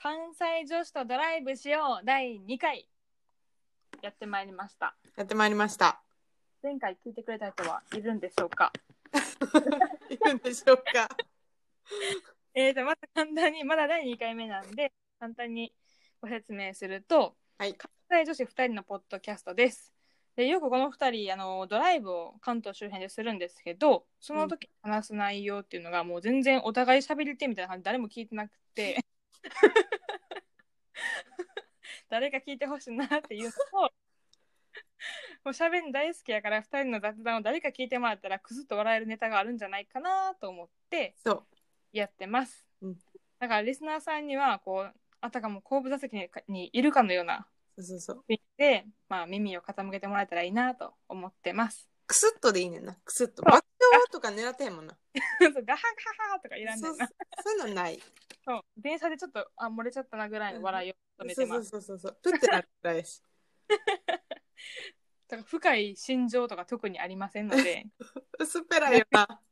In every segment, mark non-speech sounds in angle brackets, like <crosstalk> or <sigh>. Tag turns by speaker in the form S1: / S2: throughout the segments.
S1: 関西女子とドライブしよう第2回やってまいりました
S2: やってまいりました。
S1: 前回聞いてくれた人はいるんでしょうか
S2: いるんでしょうか。
S1: えーとまず簡単にまだ第2回目なんで簡単にご説明すると、
S2: はい
S1: 関西女子2人のポッドキャストですでよくこの2人あのドライブを関東周辺でするんですけどその時に話す内容っていうのが、もう全然お互い喋りてみたいな感じ誰も聞いてなく
S2: <laughs>
S1: て誰か聞いてほしいなっていうのともう喋るの大好きやから2人の雑談を誰か聞いてもらったらクスッと笑えるネタがあるんじゃないかなと思って
S2: そ
S1: やってます、
S2: うん
S1: だからリスナーさんにはこうあたかも後部座席ににいるかのような
S2: う。そうそうそう。
S1: 雰囲気で、まあ、耳を傾けてもらえたらいいなと思ってます <laughs>
S2: クスッとでいいねんな。クスッ
S1: そ
S2: と。
S1: う
S2: 爆笑とか狙ってへんもんな。
S1: そうガハガハとかいらんね
S2: そうんそ
S1: な
S2: うそういうのない。
S1: そう電車でちょっとあ漏れちゃったなぐらいの笑いを止め
S2: そ
S1: て
S2: うそ
S1: ま
S2: う
S1: す
S2: そうそうそう。プッてなるぐらい
S1: <laughs>
S2: です。
S1: だから深い心情とか特にありませんの
S2: <laughs>
S1: で
S2: 薄っぺらいよな。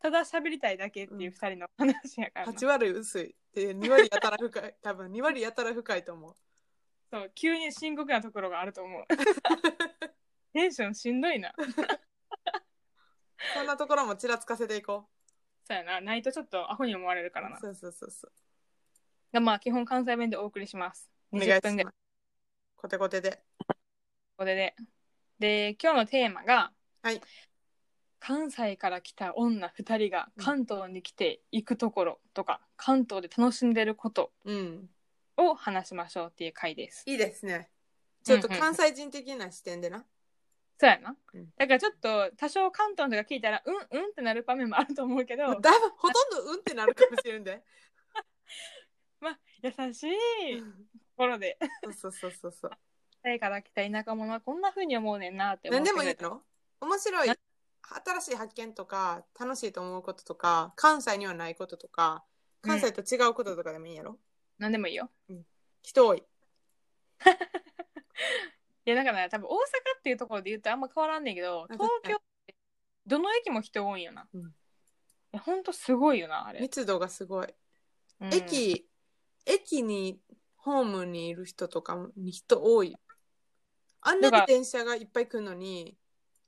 S1: ただ喋りたいだけっていう2人の話やからな、
S2: 八割薄い。で二割やたら深い。多分二割やたら深いと思う。
S1: そう急に深刻なところがあると
S2: <laughs>
S1: 思うテンションしんどいな
S2: そんなところもちらつかせていこ
S1: そうやなないとちょっとアホに思われるからな
S2: う。そうそうそうそう。
S1: がまあ基本関西弁でお送りします。
S2: お願い
S1: 20分ぐら
S2: し
S1: い
S2: ます。コテコテで。
S1: これで。で今日のテーマが、
S2: はい
S1: 関西から来た女2人が
S2: うん
S1: 関東に来て行くところとか、関東で楽しんでること
S2: うん。
S1: を話しましょうっていう回です。
S2: いいですね。ちょっと
S1: うんうん
S2: 関西人的な視点でな。
S1: そうやな
S2: うん。
S1: だからちょっと多少関東の人が聞いたらうんうんってなる場面もあると思うけど
S2: だいぶ、ほとんどうんってなるかもしれんで。
S1: 優しい心で
S2: そうそうそうそうそう。
S1: 関西から来た田舎者はこんな風に思うねんなって思っ
S2: 何
S1: てく
S2: でも
S1: れ
S2: いいの面白い新しい発見とか楽しいと思うこととか関西にはないこととか関西と違うこととかでもいいんやろ、
S1: 何でもいいよ。
S2: 人多い
S1: いやだから多分大阪っていうところで言うとあんま変わらんねんけど
S2: あ
S1: 東
S2: 確かに
S1: 京ってどの駅も人多いよな、
S2: うん
S1: いやほんとすごいよなあれ、
S2: 密度がすごい、
S1: うん
S2: 駅駅にホームにいる人とかに人多いあん
S1: だ
S2: な
S1: か
S2: に
S1: ら
S2: 電車がいっぱい来るのに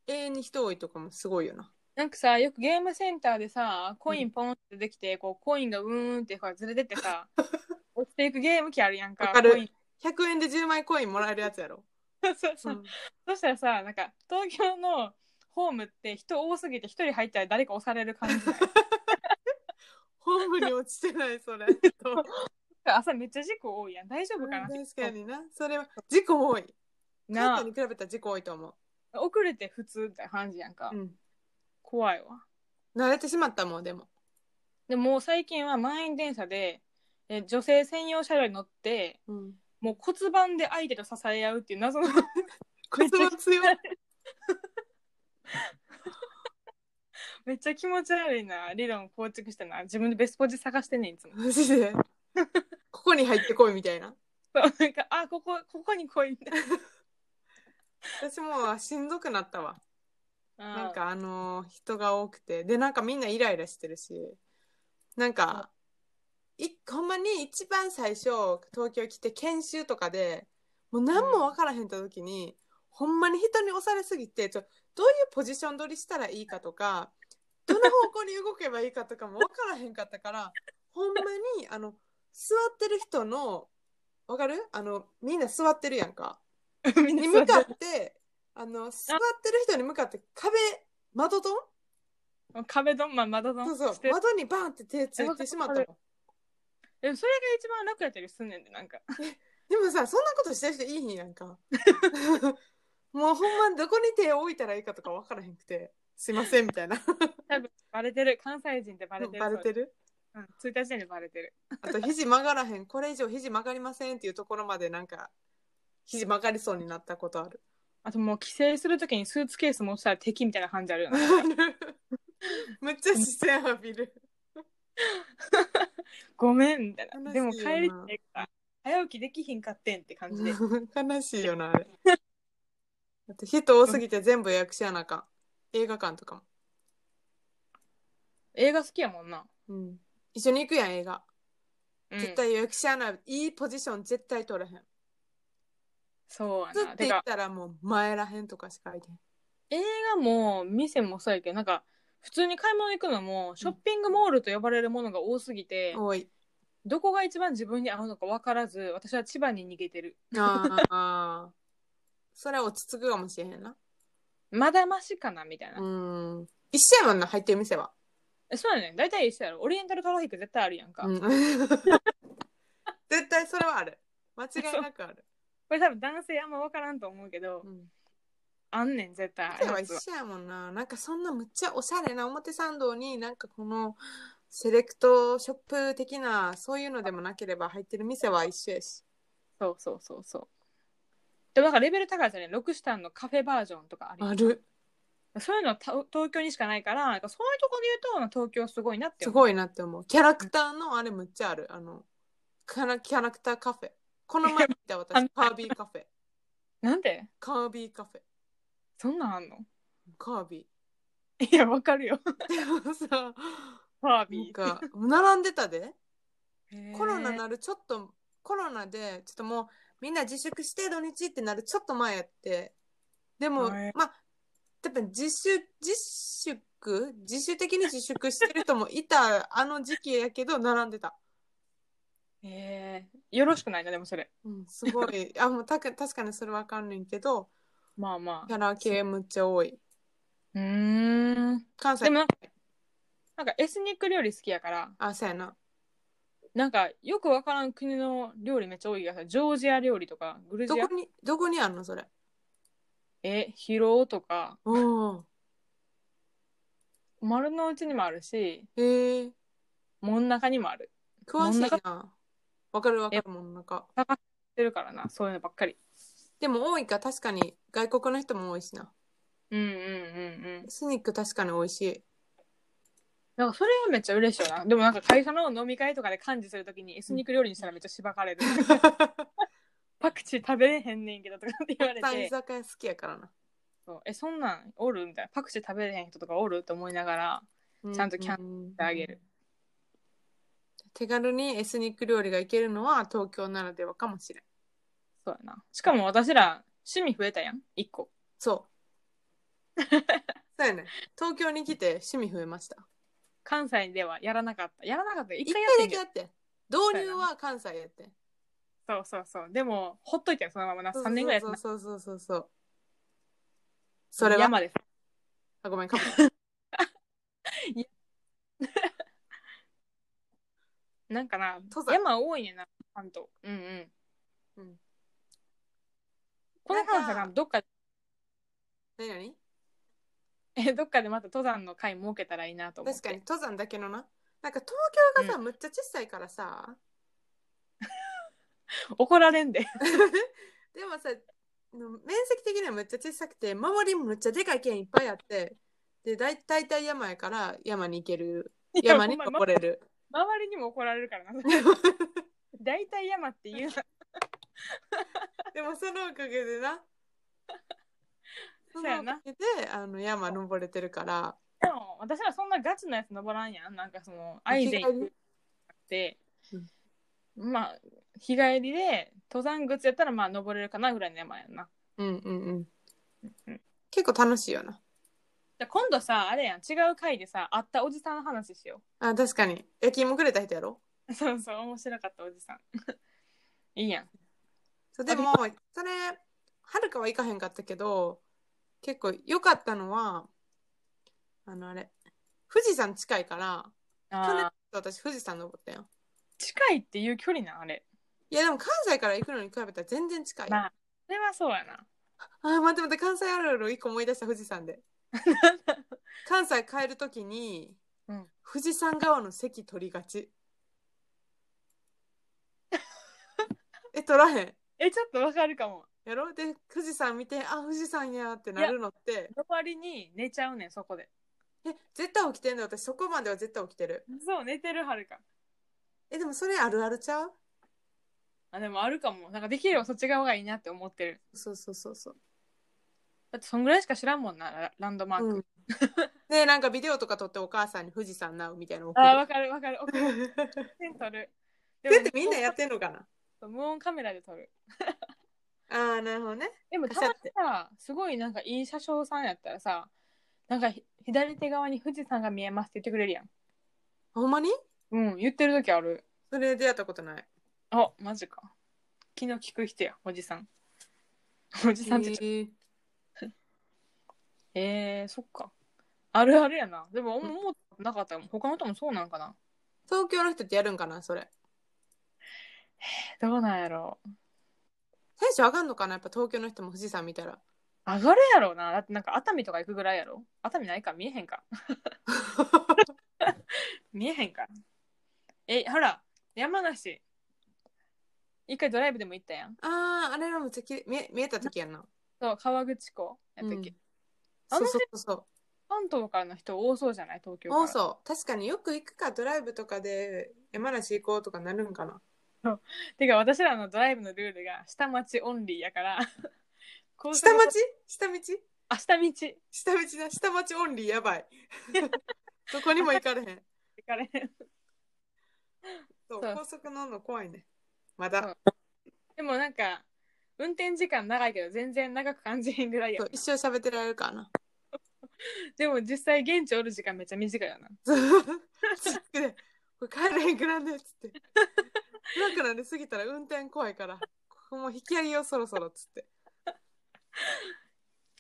S2: 永遠に人多いとかもすごいよな
S1: なんかさよくゲームセンターでさコインポンってできて、こうコインがうーんってこうずれてって
S2: <laughs>
S1: さ落ちていくゲーム機あるやんか
S2: わかる
S1: コイン
S2: 100円で10枚コインもらえるやつやろ、
S1: <laughs> そうそう、
S2: うん
S1: そしたらさなんか東京のホームって人多すぎて一人入ったら誰か押される感じない
S2: <laughs> ホームに落ちてない
S1: <laughs>
S2: それ
S1: 朝めっちゃ事故多いやん大丈夫
S2: 確
S1: かな、
S2: かになそれは事故多い
S1: な
S2: 関東に比べたら事故多いと思
S1: あ遅れて普通って感じやんか、
S2: う、うん、
S1: 怖いわ
S2: 慣れてしまったもんでも
S1: でもう最近は満員電車でえ女性専用車両に乗って
S2: うん、
S1: もう骨盤で相手と支え合うっていう謎の <laughs>
S2: 骨盤強 <laughs> い
S1: めっちゃ気持ち悪いな理論構築したな自分でベストポジ探してんねんいつも <laughs>
S2: マジでここに入ってこいみたいな
S1: そうなんかあここここに来いみたい
S2: 私もうしんどくなったわ
S1: な
S2: なんかあのー人が多くてでなんかみんなイライラしてるしなんかいほんまに一番最初東京来て研修とかでもう何も分からへんた時に、ほんまに人に押されすぎてちょどういうポジション取りしたらいいかとかどの方向に動けばいいかとかも分からへんかったからほんまにあの座ってる人の分かるあのみんな座ってるやんか。
S1: うんみんな
S2: に
S1: そう
S2: 向かってあの座ってる人に向かって壁窓ドン
S1: 壁ドンマン窓ドン
S2: そうそう
S1: して
S2: 窓にバーンって手ついてしまったの
S1: えでもそれが一番楽やったりすんねんでなんか
S2: でもさそんなことしてる人いいひんや
S1: <laughs>
S2: んか <laughs> もうほんまどこに手を置いたらいいかとか分からへんくてすいませんみたいな
S1: 多分バレてる関西人ってバレてる
S2: バレてる
S1: そううん、1日でバレてる
S2: あと肘曲がらへんこれ以上肘曲がりませんっていうところまでなんか肘曲がりそうになったこと
S1: <laughs>
S2: ある
S1: あともう帰省するときにスーツケース持ってたら敵みたいな感じあるよ
S2: <laughs>
S1: な
S2: むっちゃ視線浴びる
S1: ごめんみたい
S2: 悲
S1: な。
S2: し
S1: で
S2: いよな
S1: も帰りたいから、早起きできひんかってんって感じで。
S2: <laughs> 悲しいよなあれ <laughs> だって人多すぎて全部予約しやなあかん映画館とかも、
S1: 映画好きやもんな。
S2: うん、一緒に行くやん映画
S1: ううん
S2: 絶対予約しやない、いいポジション絶対取れへん
S1: そう
S2: ず
S1: や
S2: っ
S1: な。
S2: て
S1: て
S2: 言
S1: か
S2: っ、たらもう前らへんとかしかいて
S1: 映画も店もそうやけど、なんか、普通に買い物行くのも、ショッピングモールと呼ばれるものが多すぎて、<laughs>
S2: 多い
S1: どこが一番自分に合うのか分からず、私は千葉に逃げてる。
S2: ああそれは落ち着くかもしれへんな
S1: まだましかなみたいな。
S2: うん一緒やもんな入ってる店は
S1: えそうやねん。大体一緒やろ。オリエンタルトラフィック絶対あるやんか。
S2: うん <laughs> 絶対それはある間違いなくある
S1: これ多分男性あんま分からんと思うけど、
S2: うん
S1: あんねん、絶対。
S2: 店は
S1: やつ
S2: 一
S1: は
S2: 緒やもんななんかそんなむっちゃおしゃれな表参道になんかこのセレクトショップ的なそういうのでもなければ入ってる店は一緒やし
S1: そうそうそうそう。でもなんかレベル高いですよね。ロクシタンのカフェバージョンとかあるやん
S2: ある
S1: そういうのはた東京にしかないから、なんかそういうとこで言うと東京すごいなって
S2: す
S1: 思う。
S2: ごいなって思うキャラクターのあれむっちゃあるあのキャラキャラクターカフェこの前行った
S1: <laughs>
S2: 私カービィカフェ
S1: なんで
S2: カービィカフェ
S1: そんなんあんの <laughs>
S2: カービ
S1: いや、わかるよ。
S2: ィでもさ
S1: バー
S2: なん
S1: ビー。
S2: か並んでたで
S1: へー
S2: コロナなるちょっとコロナでちょっともうみんな自粛して土日ってなるちょっと前やってでも
S1: はい
S2: まあ多分自主自粛自主的に自粛してる人もいたあの時期やけど並んでた、
S1: へーよろしくないな、でもそれ。
S2: うん、すご
S1: <laughs>
S2: いあもうたか確かにそれわかんねんけど
S1: まあま
S2: キ
S1: あ。
S2: ャラ系むっちゃ多いう
S1: ーん。
S2: 関西
S1: でもなんか、なんかエスニック料理好きやから、
S2: あそうやな
S1: なんかよくわからん国の料理めっちゃ多いからさ、ジョージア料理とか、グルジ
S2: ど
S1: ア
S2: こ、にどこにあんのそれ
S1: え、ヒロとか、
S2: おー
S1: 丸の内にもあるし、
S2: えー、
S1: 真ん中にもある。
S2: 詳し
S1: 真ん
S2: いなわかるわかるもんなんか
S1: 探してるからな、そういうのばっかり。
S2: でも多いか確かに外国の人も多いしな
S1: うんうんうんうん。
S2: スニック確かに美味しい。
S1: なんかそれはめっちゃ嬉しいよな。でもなんか会社の飲み会とかで幹事するときにエスニック料理にしたらめっちゃしばか
S2: <laughs>
S1: れる。パクチー食べれへんねんけどとかって言われ
S2: 居
S1: て、
S2: 酒屋好きやからな。
S1: そうえ、そんなんおるみたいな。パクチー食べれへん人とかおると思いながら、ちゃんとキャ
S2: ン
S1: てあげる。
S2: 手軽にエスニック料理がいけるのは東京ならではかもしれん。
S1: そうやな。しかも私ら趣味増えたやん、一個。
S2: そう。そうやね。東京に来て趣味増えました。
S1: 関西ではやらなかった。やらなかった。一
S2: 一
S1: 回や
S2: 回
S1: って
S2: だ
S1: ん
S2: け
S1: け
S2: や
S1: ど。
S2: って。導入は関西やって。
S1: そうそうそう。でも、ほっといたよ、そのままな。3年ぐらいや
S2: そ
S1: っ
S2: う
S1: て
S2: そうそうそうそう。そ
S1: た
S2: れは
S1: 山です。<laughs>
S2: あごめんかぶっ
S1: なんかな
S2: 登、山
S1: 山多いねんな、関東。うんうん。
S2: うん
S1: この関西
S2: な
S1: が
S2: んか
S1: どっか <laughs>
S2: た。なになに
S1: えどっかでまた登山の会設けたらいいなと思って
S2: 確かに登山だけのな。なんか東京がさ、むっちゃ小さいからさ。
S1: 怒られ
S2: <laughs>
S1: んで
S2: でもさ面積的にはめっちゃ小さくて周りもめっちゃでかい県いっぱいあってでだい大体山やから山に行ける山に
S1: いやほんま
S2: 登れる、 <laughs>
S1: 周りにも怒られるからな <laughs> 大体山って言うな
S2: でもそのおかげでな
S1: <laughs> そ
S2: そ
S1: う
S2: の
S1: や
S2: おか
S1: な
S2: げであの山登れてるから
S1: でも私はそんなガチなやつ登らんやんなんかそのアイゼン行くって
S2: 日帰り、
S1: まあ日帰りで登山靴やったらまあ登れるかなぐらいの山やんな
S2: うんうんうん
S1: うん
S2: 結構楽しいよな
S1: じゃあ今度さあれやん違う回でさ会ったおじさんの話しよ
S2: あ確かに焼き芋くれた人やろ
S1: う <laughs> そうそう面白かったおじさんいいやん <laughs>
S2: そうでもそれはるかは行かへんかったけど結構良かったのはあのあれ富士山近いから去年
S1: あー
S2: 私富士山登ったよ
S1: 近いっていう距離なんあれ
S2: いやでも関西から行くのに比べたら全然近い、
S1: まあそれはそうやな <laughs>
S2: あー待って待って関西あるあるを一個思い出した富士山で関西帰る時に、
S1: うん
S2: 富士山側の席取りがちえ取らへん
S1: えちょっとわかるかも
S2: やろで富士山見てあ富士山やってなるのって
S1: 代わりに寝ちゃうねんそこで
S2: え絶対起きてんの私そこまでは絶対起きてる
S1: そう寝てるはるか
S2: えでもそれあるあるちゃう
S1: あでもあるかもなんかできればそっち側がいいなって思ってる
S2: そうそうそうそう
S1: だってそんぐらいしか知らんもんなラランドマーク、
S2: うん
S1: <laughs>
S2: でなんかビデオとか撮ってお母さんに富士山なうみたいなの送
S1: あー <laughs>
S2: る <laughs>
S1: わかるわかるお点取るで
S2: そう
S1: も
S2: やってみんなやってんのかな
S1: 無音カメラで撮る。
S2: ああ、なるほどね。
S1: でも
S2: カ
S1: た
S2: シャ
S1: ま
S2: っ
S1: に
S2: て
S1: さ、すごいなんかいい車掌さんやったらさ、なんかひ左手側に富士山が見えますって言ってくれるやん。
S2: ほんまに
S1: うん、言ってる時ある。
S2: それ出会ったことない。
S1: あ、マジか。気の利く人や、おじさん。 <laughs> おじさんってちょっと
S2: えー
S1: えー、そっか。あるあるやな。でも、思思ったことなかったもん。他の人もそうなんかな。
S2: 東京の人ってやるんかなそれ。
S1: どうなんやろう。
S2: テンション上がんのかなやっぱ東京の人も富士山見たら。
S1: 上がるやろうな。だってなんか熱海とか行くぐらいやろ。熱海ないか見えへ
S2: <laughs>
S1: んか。見えへんか。え、ほら、山梨。一回ドライブでも行ったやん。
S2: ああ、あれらもちゃきれ見え見えた時やんな。
S1: そう、川口湖やったっけ、
S2: うん
S1: あ
S2: そ
S1: の
S2: うそうそうそう。
S1: 関東からの人多そうじゃない東京から。
S2: 多そう。確かによく行くか、ドライブとかで山梨行こうとかなるんかな。
S1: てか、私らのドライブのルールが下町オンリーや
S2: <laughs>
S1: から。高速
S2: 下
S1: 道路
S2: 町下道
S1: あ、下道。行
S2: 下道だ。下町オンリーやばい。
S1: <laughs>
S2: どこにも行かれへん。
S1: かれへん。
S2: そう、
S1: そう
S2: 高速乗るの怖いね。まだ。
S1: でもなんか、運転時間長いけど全然長く感じへんぐらいや
S2: そう一生喋ってられるから
S1: <laughs>
S2: な。
S1: でも実際現地おる時間めっちゃ短いよな。
S2: そうつってねこれ帰れへんくなんねっつって。暗くなんで過ぎたら運転怖いから、ここもう引き上げようそろそろっつって。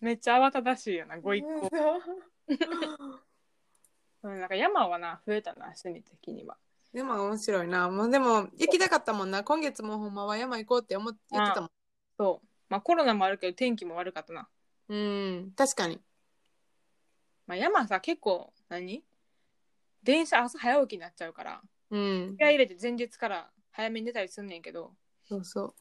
S1: めっちゃ慌ただしいよな、ご一行。
S2: そう
S1: うん、なんか山はな、増えたな、趣味的には。
S2: <laughs> でも面白いな。もうでも行きたかったもんな。今月もほんまは山行こうって思って言ってたもん。
S1: そう。まあコロナもあるけど天気も悪かったな。
S2: うん、確かに。
S1: まあ山さ、結構、何電車朝早起きになっちゃうから、
S2: うん
S1: 気。合い入れて前日から早めに出たりすんねんけど、
S2: そうそ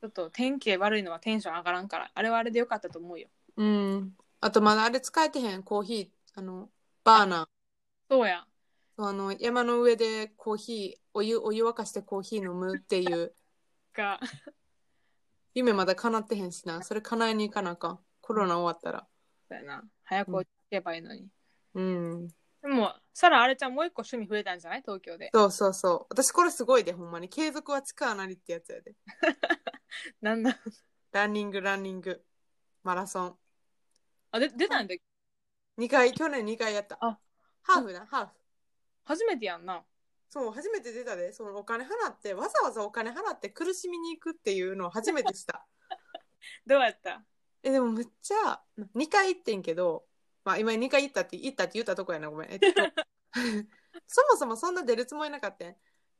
S1: ちょっと天気悪いのはテンション上がらんから、あれはあれでよかったと思うよ。
S2: う。うん。あとまだあれ使えてへん、コーヒー。あの、バーナー。
S1: そうや。
S2: そうあの、山の上でコーヒー、お湯、お湯沸かしてコーヒー飲むっていう。
S1: が、
S2: 夢まだ叶ってへんしな。それ叶えに行かなあかん。コロナ終わったら。
S1: そうやな。早く落ち着けばいいのに。
S2: うん。
S1: でも、さらあれちゃんもう一個趣味増えたんじゃない東京で。
S2: そうそうそう。私これすごいで、ほんまに。継続は力なりってやつやで。
S1: なんなん。
S2: ランニング、ランニング。マラソン。
S1: あ、で出たんだ
S2: 2回、去年2回やった。
S1: あ
S2: ハーフな、ハーフ。
S1: 初めてやんな。
S2: そう、初めて出たで。そのお金払って、わざわざお金払って苦しみに行くっていうのを初めてした。
S1: どうやった
S2: え、でもめっちゃ、2回行ってんけど、まあ今2回行ったって、行ったって言ったとこやな、ごめん。えっと、そもそもそんな出るつもりなかったん。ちょ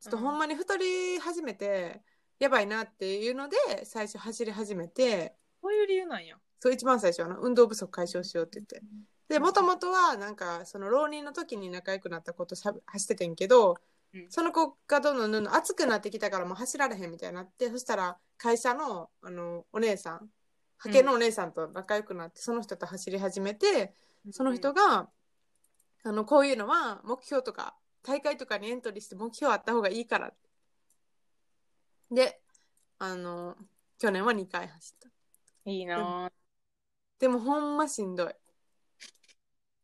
S2: っと
S1: うん
S2: ほんまに太り始めて、やばいなっていうので、最初走り始めて、
S1: こういう理由なんや。
S2: そう一番最初はあの運動不足解消しようって言って。で、もともとはなんか、その浪人の時に仲良くなった子としゃべ走っててんけど、
S1: うん
S2: その子がどんどんどんどん暑くなってきたからもう走られへんみたいになって、そしたら会社の、あの、お姉さん、派遣のお姉さんと仲良くなって、その人と走り始めて、その人
S1: が。
S2: が、あの、こういうのは目標とか、大会とかにエントリーして目標あった方がいいから。で、あの、去年は2回走った。
S1: いいなぁ。
S2: でもほんましんどい。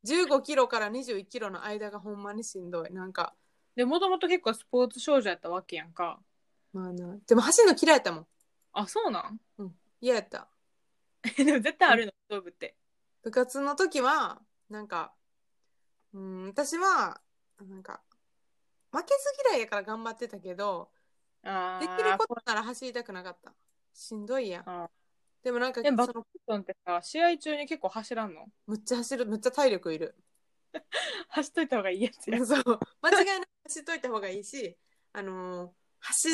S2: 15キロから21キロの間がほんまにしんどい。なんか、
S1: で、もともと結構スポーツ少女やったわけやんか。
S2: まあな。でも走るの嫌やったもん。
S1: あ、そうなん <laughs>
S2: 嫌やった。
S1: でも絶対あるの、運動部って。
S2: 部活の時は、なんか、うん、私は、なんか、負けず嫌いやから頑張ってたけど、
S1: あ
S2: できる
S1: ー
S2: ことなら走りたくなかった。しんどいやん。
S1: あ
S2: でもなんか、
S1: ー。でもバ
S2: そ
S1: ド
S2: の、
S1: ミントンってさ、試合中に結構走らんの <laughs>
S2: むっちゃ走る、むっちゃ体力いる。
S1: 走っといた方がいいやつや。
S2: そう。間違いなく走っといた方がいいし、あのー走、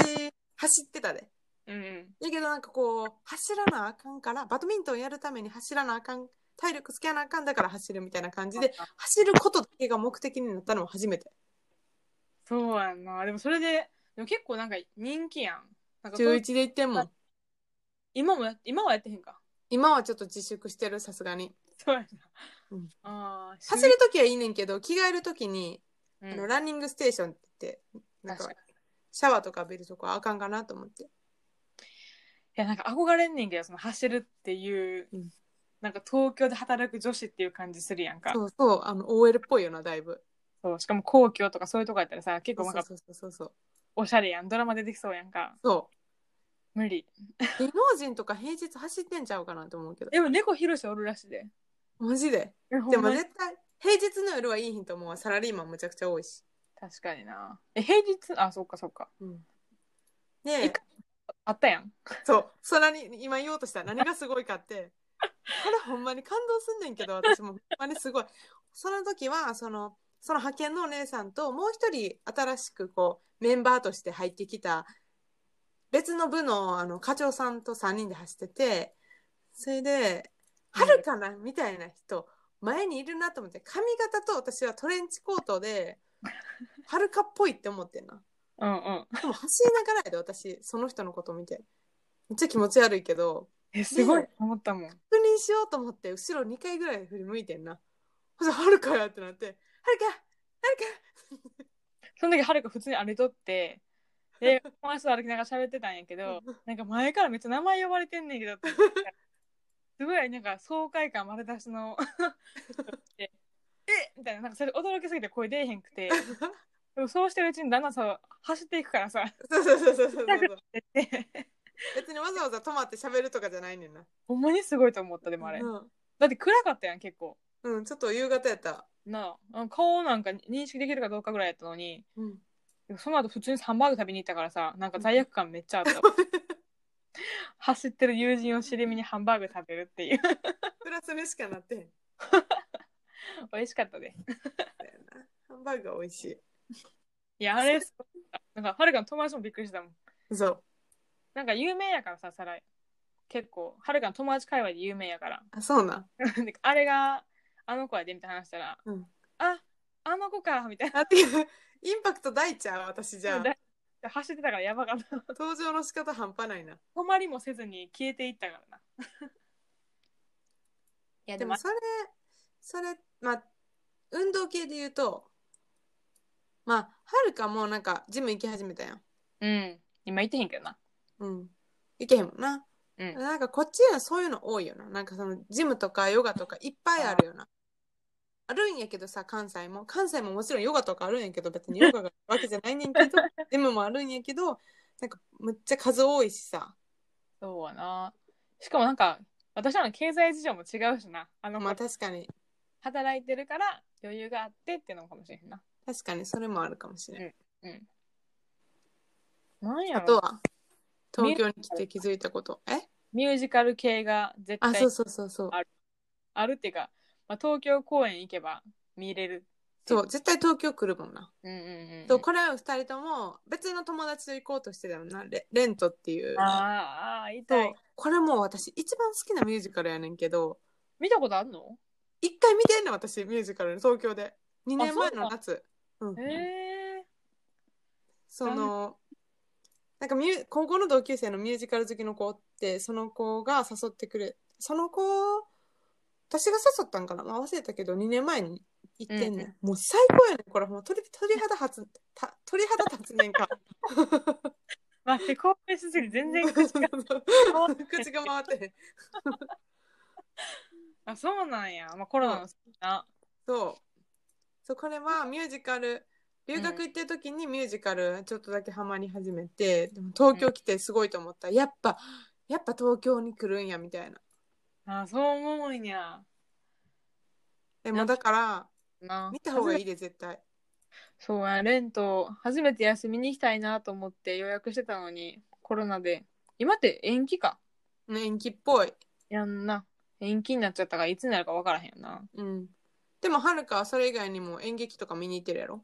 S2: 走ってたで。
S1: うんうん。
S2: やけどなんかこう、走らなあかんから、バドミントンやるために走らなあかん、体力つけなあかんだから走るみたいな感じで、走ることだけが目的になったのも初めて。
S1: そうやんな。でもそれで、でも結構なんか人気やん。なんかそう
S2: 中1で行ってんもん。
S1: 今もや今はやってへんか。
S2: 今はちょっと自粛してる、さすがに。
S1: そうやな。
S2: うん
S1: ああ、
S2: 走るときはいいねんけど、着替えるときに、
S1: うん
S2: あの、ランニングステーションって言って、なん
S1: 確
S2: か
S1: かに。い
S2: シャワーとか浴びるとこはあかんかなと思って。
S1: や、なんか憧れんねんけど、その走るっていう、
S2: うん
S1: なんか東京で働く女子っていう感じするやんか。
S2: そうそう、あの、OL っぽいよな、だいぶ。
S1: そうしかも皇居とかそういうとこやったらさ結
S2: そ
S1: 構
S2: う
S1: なん
S2: そう
S1: か
S2: そうそうそう。
S1: おしゃれやんドラマ出てきそうやんか
S2: そ
S1: 無理
S2: う。芸能人とか平日走ってんちゃうかなと思うけど。
S1: でも猫ひろしおるらしいで
S2: マジで。
S1: で
S2: でも絶対、平日の夜はいい日と思うわ。サラリーマンむちゃくちゃ多いし。
S1: 確かになえ平日あそっかそっか
S2: うん。
S1: い
S2: で
S1: か、あったやん
S2: そう、そらに今言おうとした何がすごいかって、これほんまに感動すんねんけど、私もほんまにすごい。その時は、その、その派遣のお姉さんと、もう一人新しくこう、メンバーとして入ってきた、別の部のあの課長さんと3人で走ってて、それで、
S1: うん
S2: はるかなみたいな人、前にいるなと思って、髪型と私はトレンチコー
S1: <laughs>
S2: トで、はるかっぽいって思ってんな。
S1: うんうん
S2: でも走りながらやで私その人のこと見てめっちゃ気持ち悪いけど
S1: えすごいと思ったもん
S2: 確認しようと思って後ろ2回ぐらい振り向いてんなそしたらはるかやってなってはるかはるか
S1: その時はるか普通に歩いとってで友達と歩きながら喋ってたんやけどなんか前からめっちゃ名前呼ばれてんねんけどっ
S2: <laughs>
S1: てすごいなんか爽快感丸出しの
S2: <laughs>
S1: でえみたいななんかそれ驚きすぎて声出えへんくてでもそうしてるうちに旦那さんは走っていくからさ
S2: そうそうそうそうそう
S1: 痛くなってって
S2: 別にわざわざ止まって喋るとかじゃないねんな
S1: ほんまにすごいと思ったでもあれ
S2: うん
S1: だって暗かったやん結構
S2: うん、ちょっと夕方やった、
S1: なああの顔なんか認識できるかどうかぐらいやったのに
S2: うん、
S1: でもその後普通にハンバーグ食べに行ったからさなんか罪悪感めっちゃあった
S2: <laughs>
S1: 走ってる友人を尻目にハンバーグ食べるっていう <laughs>
S2: プラスにしかなってへん
S1: 美味しかったで
S2: ハンバーグは美味し
S1: いやあれすごかったなんかはるかの友達もびっくりしたもん
S2: いそう
S1: なんか有名やからさサライ結構はるかの友達界隈で有名やから
S2: あそうなん
S1: であれがあの子やでみたいな話したら、
S2: うん
S1: ああの子かみたいな
S2: あっていうインパクト大ちゃう私じゃあ
S1: 走ってたからやばかった
S2: 登場の仕方半端ないな
S1: 止まりもせずに消えていったからないや
S2: でもそれそれまあ運動系で言うとまあはるかもうなんかジム行き始めたやん
S1: うん今言ってへんけどな
S2: うん行けへんもんな、
S1: うん
S2: なんかこっちはそういうの多いよななんかそのジムとかヨガとかいっぱいあるよなあるんやけどさ関西も関西ももちろんヨガとかあるんやけど別にヨガがあるわけじゃないねんけど <laughs> ジムもあるんやけどなんかむっちゃ数多いしさ
S1: そうはなしかもなんか私らの経済事情も違うしなあの、
S2: まあ確かに
S1: 働いてるから余裕があってっていうのもかもしれへんな
S2: 確かにそれもあるかもしれない、
S1: うんなんや
S2: あと
S1: ろ
S2: は東京に来て気づいたことえ
S1: ミュージカル系が絶
S2: あそ
S1: 対
S2: うそうそうそう
S1: あるっていうか、まあ、東京公演行けば見れる
S2: そう、絶対東京来るもんな。
S1: うんうんうん
S2: とこれは二人とも別の友達と行こうとしてたよな、レレントっていう。
S1: あーあー
S2: そ、
S1: 痛いう
S2: これもう私一番好きなミュージカルやねんけど、
S1: 見たことあるの
S2: 一回見てんの私ミュージカル東京で。2年前の夏。うん。
S1: へえ
S2: その、なんかミュ高校の同級生のミュージカル好きの子おって、その子が誘ってくれ、その子、私が誘ったんかな、まあ、忘れたけど、2年前に行ってんねん。もう最高やねん、これ。もう鳥鳥肌立つ、た鳥肌立つねん <laughs> か。
S1: 待って興奮しすぎて全然
S2: 口
S1: 口
S2: が <laughs>
S1: が
S2: 回って口が回ってへん
S1: あそうなんや、まあ、コロナのせいな
S2: そうそうこれはミュージカル留学行ってる時にミュージカルちょっとだけハマり始めて、でも東京来てすごいと思ったやっぱやっぱ東京に来るんやみたいな
S1: あそう思うんや
S2: でもだから
S1: な
S2: 見た方がいいで絶対
S1: そうやレント初めて休みに行きたいなと思って予約してたのにコロナで今って延期か
S2: ね延期っぽい
S1: やんな延期になっちゃったからいつになるか分からへんよな
S2: うんでもはるかはそれ以外にも演劇とか見に行ってるやろ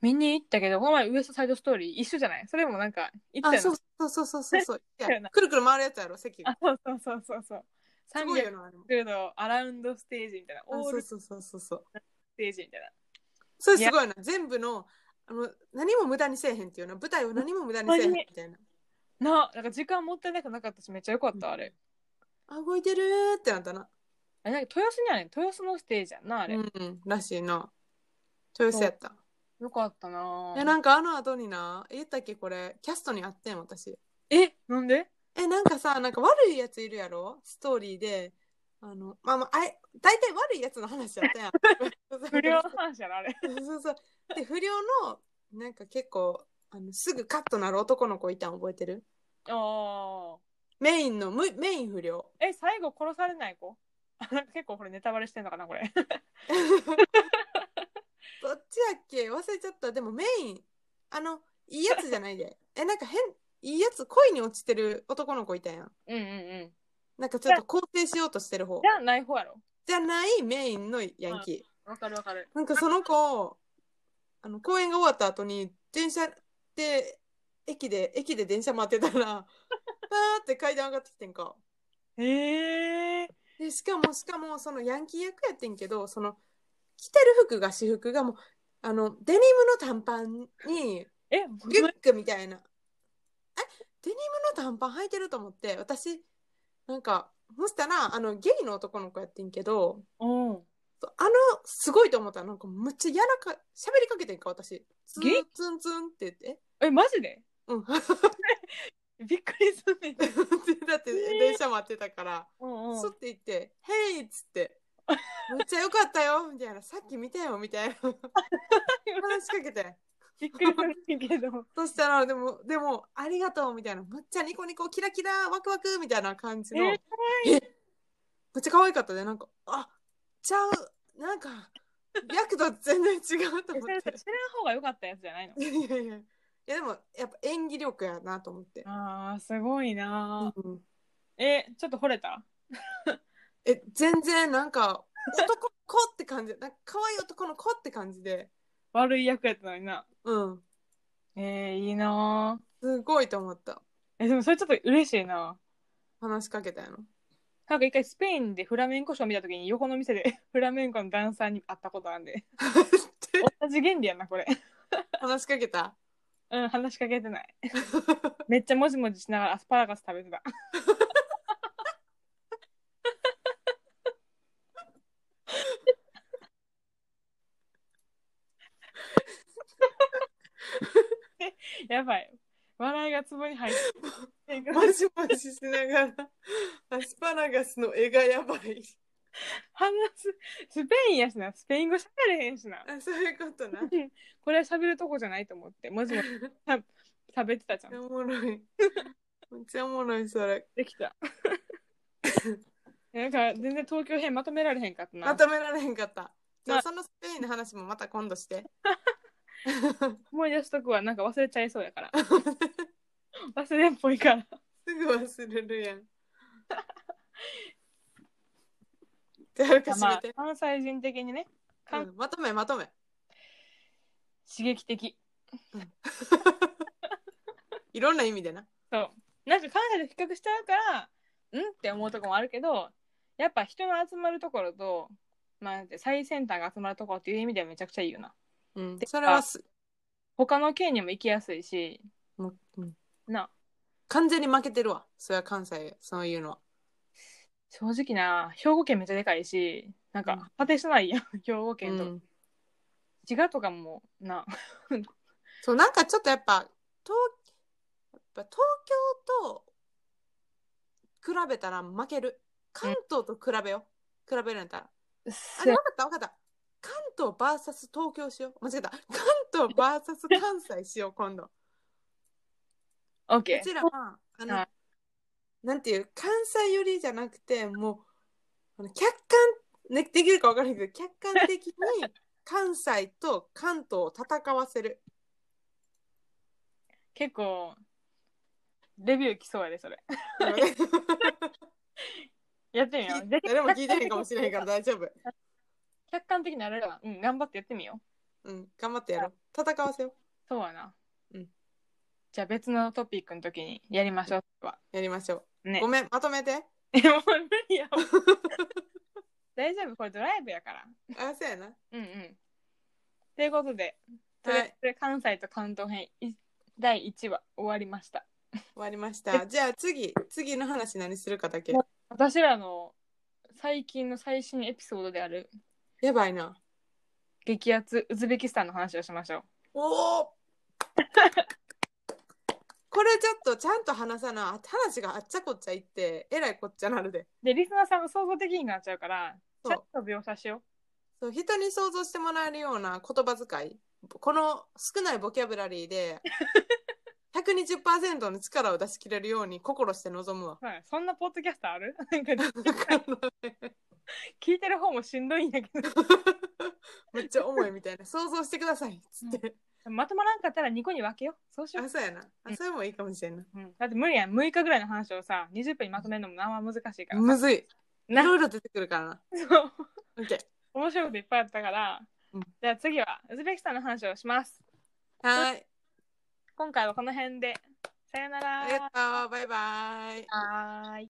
S1: 見に行ったけどこの前ウエストサイドストーリー一緒じゃないそれもなんか行っ
S2: あ
S1: たよ
S2: そ
S1: な
S2: うそうそうそうそ
S1: <laughs>
S2: うそういや
S1: そうやな
S2: くるくる回るやつやろ席が
S1: あそうそうそうそうそう
S2: すごいよなあれも
S1: 360度アラウンドステージみたいな
S2: あ
S1: オー
S2: そう
S1: ルス
S2: そうそうそうそう
S1: テージみたいな
S2: それすごいな。全部の、あの、何も無駄にせえへんっていうの。舞台を何も無駄にせえへんみたいな。
S1: ななんか時間もったいなくなかったしめっちゃ良かったあれ
S2: あ、動いてるーってなったな。
S1: あれなんか豊洲にあるね豊洲のステージやんなあれ、
S2: うん、うん、らしいな。豊洲やった。
S1: よかったない
S2: や、なんかあの後にな、言ったっけこれ、キャストに会ってん、私。
S1: えなんで
S2: え、なんかさ、なんか悪いやついるやろストーリーで。あの、まあまあ、あい大体悪いやつの話やったやん。
S1: 不良の話やなあれ
S2: そうそうそう。で、不良のなんか結構あのすぐカッとなる男の子いたん覚えてる
S1: <laughs> ああ。
S2: メインのむメイン不良
S1: え、最後殺されない子 <laughs> なんか結構これネタバレしてんのかな、これ。
S2: どっちやっけ忘れちゃったでもメインあのいいやつじゃないでえなんか変いいやつ恋に落ちてる男の子いたやん
S1: うんうんうん。
S2: なんかちょっと肯定しようとしてる方
S1: じゃあ、ない方やろ。
S2: じゃないメインのヤンキー
S1: わかるわかる。
S2: なんかその子、あの公演が終わった後に電車で駅で駅で電車待ってたら、 <laughs> バーって階段上がってきてんか。
S1: へえ。
S2: でしかもしかもそのヤンキー役やってんけど、その着てる服が私服がもうあのデニムの短パンに
S1: え、
S2: リュックみたいな。えデニムの短パン履いてると思って私なんかそしたらあのゲイの男の子やってんけど。
S1: うん。
S2: そうあの、すごいと思ったら、なんかむっちゃ柔らか、喋りかけてんか、私。ツン
S1: ゲイ
S2: ツンツンって言って。え
S1: え、マジで
S2: うん。 <laughs>
S1: びっくりすんねん。
S2: だって、電車待ってたから、
S1: うん
S2: そって言って、ヘイっつって、むっちゃよかったよ、みたいな、さっき見たよ、みたいな。話しかけて。
S1: びっくりすんねんけど。
S2: そしたら、でも、でも、ありがとう、みたいな、むっちゃニコニコ、キラキラ、ワクワク、みたいな感じの。
S1: えー
S2: めっちゃ可愛かったね、なんか、あ、ちゃう、な
S1: <laughs>
S2: んか、役と全然違うと
S1: えそ
S2: 思
S1: れ
S2: っ
S1: さ
S2: て
S1: 知。らん方が良かったやつじゃないの
S2: <laughs> いやいやいやいやでもやっぱ演技力やなと思って、
S1: あーすごいなー
S2: うん
S1: えちょっと惚れた
S2: え全然なんか男の子って感じなん <laughs> か可愛い男の子って感じで
S1: 悪い役やったのにな
S2: うん
S1: えー、いいなー
S2: すごいと思った
S1: えでもそれちょっと嬉しいな
S2: 話しかけたやの
S1: なんか一回スペインでフラメンコショー見た時に横の店で <laughs> フラメンコのダンサーに会ったことあるん <laughs> で同じ原理やなこれ
S2: 話しかけ
S1: <laughs>
S2: た
S1: うん話しかけてないめっちゃもじもじしながらアスパラガス食べてたやばい笑いがツボに入っていく
S2: マジマジしながらアスパラガスの絵がやばい
S1: 話すスペインやしなスペイン語しゃべれへんしな
S2: あそういうこ
S1: <laughs>
S2: とな
S1: これはしゃべるとこじゃないと思ってもじもじ食べてたじゃん
S2: おもろいめっちゃおもろいそれ
S1: できた <laughs> なんか全然東京編まとめられへんかったな
S2: まとめられへんかったじ
S1: ま
S2: ゃあ
S1: あ
S2: そのスペインの話もまた今度して
S1: <laughs>
S2: <laughs>
S1: 思い出しとくわなんか忘れちゃいそうやから忘れんぽい
S2: <laughs>
S1: から
S2: すぐ忘れる <laughs> やん。じゃあ、かし
S1: ま
S2: め
S1: あ
S2: て、
S1: 関西人的にねまあ
S2: うんまとめ、まとめ。
S1: 刺激的
S2: いろんな意味でな。
S1: そうなんか関西と比較しちゃうからんって思うとこもあるけどやっぱ人の集まるところと、まあ、なんて最先端が集まるところっていう意味ではめちゃくちゃいいよな
S2: うん
S1: て、か
S2: それはす、
S1: 他の県にも行きやすいし
S2: もううん
S1: な
S2: 完全に負けてるわ。それは関西、そういうのは。
S1: 正直な兵庫県めっちゃでかいしなん
S2: うん
S1: か果てしないやん <laughs> 兵庫
S2: う
S1: 県と、
S2: ん、
S1: 滋賀とかもな
S2: そう、なんかちょっとやっぱ、東やっぱ東京と比べたら負ける。関東と比べよ。比べるんやったら。
S1: <laughs>
S2: あれ、わかったわかった。関東 VS 東京しよう。間違えた。関東 VS 関西しよう、今度。
S1: オッケ
S2: う
S1: ー
S2: ちらは、あの
S1: は、
S2: なんていう、関西寄りじゃなくて、もう、あの客観、ね、できるかわからないけど、客観
S1: <laughs>
S2: 的に関西と関東を戦わせ
S1: <laughs>
S2: る。
S1: 結構レビュー来そうやでそれやってみようぜひ
S2: 誰も聞いてへんかもしれへんから大丈夫。
S1: 客観的になれるわうん頑張ってやってみよう
S2: うん、頑張ってやろう。戦わせよ
S1: そうやな
S2: うん
S1: じゃあ別のトピックの時にやりましょうそれは
S2: う。やりましょう。
S1: ね
S2: ごめん、まとめて。
S1: え <laughs> もう無理やわ大丈夫これドライブやから
S2: あ、そうやな。
S1: うんうんということでとりあえず
S2: はい
S1: 関西と関東編い第1話終わりました
S2: 終わりました。じゃあ次、次の話何するかだけ。
S1: 私らの最近の最新エピソードである
S2: やばいな。
S1: 激アツウズベキスタンの話をしましょう
S2: おおこれちょっとちゃんと話さな話があっちゃこっちゃ言ってえらいこっちゃなるで
S1: でリスナーさんが想像できなくなっちゃうからち
S2: そう
S1: ゃんと描写しよう
S2: そう人に想像してもらえるような言葉遣いこの少ないボキャブラリーで120%の力を出し切れるように心して臨むわ。 <laughs>
S1: はいそんなポッドキャストある <laughs> なんか聞いてる方もしんど <laughs> いんやけ
S2: めっちゃ重いみたいな想像してくださいっつって。
S1: どまとまらんかったら2個に分けようそうしよ
S2: あそうやなあそれもいいかもしれんな。
S1: う、うん、だって無理やん6日ぐらいの話をさ20分にまとめるのもなあ難しいから
S2: むずい。い
S1: な
S2: ろいろ出てくるからな。
S1: <laughs> そう
S2: オッケー
S1: 面白いこといっぱいあったから、
S2: うん
S1: じゃあ次はウズベキスタンの話をします
S2: はーい。
S1: 今回はこの辺でさよなら
S2: ありがとう。バイバイ。
S1: はーい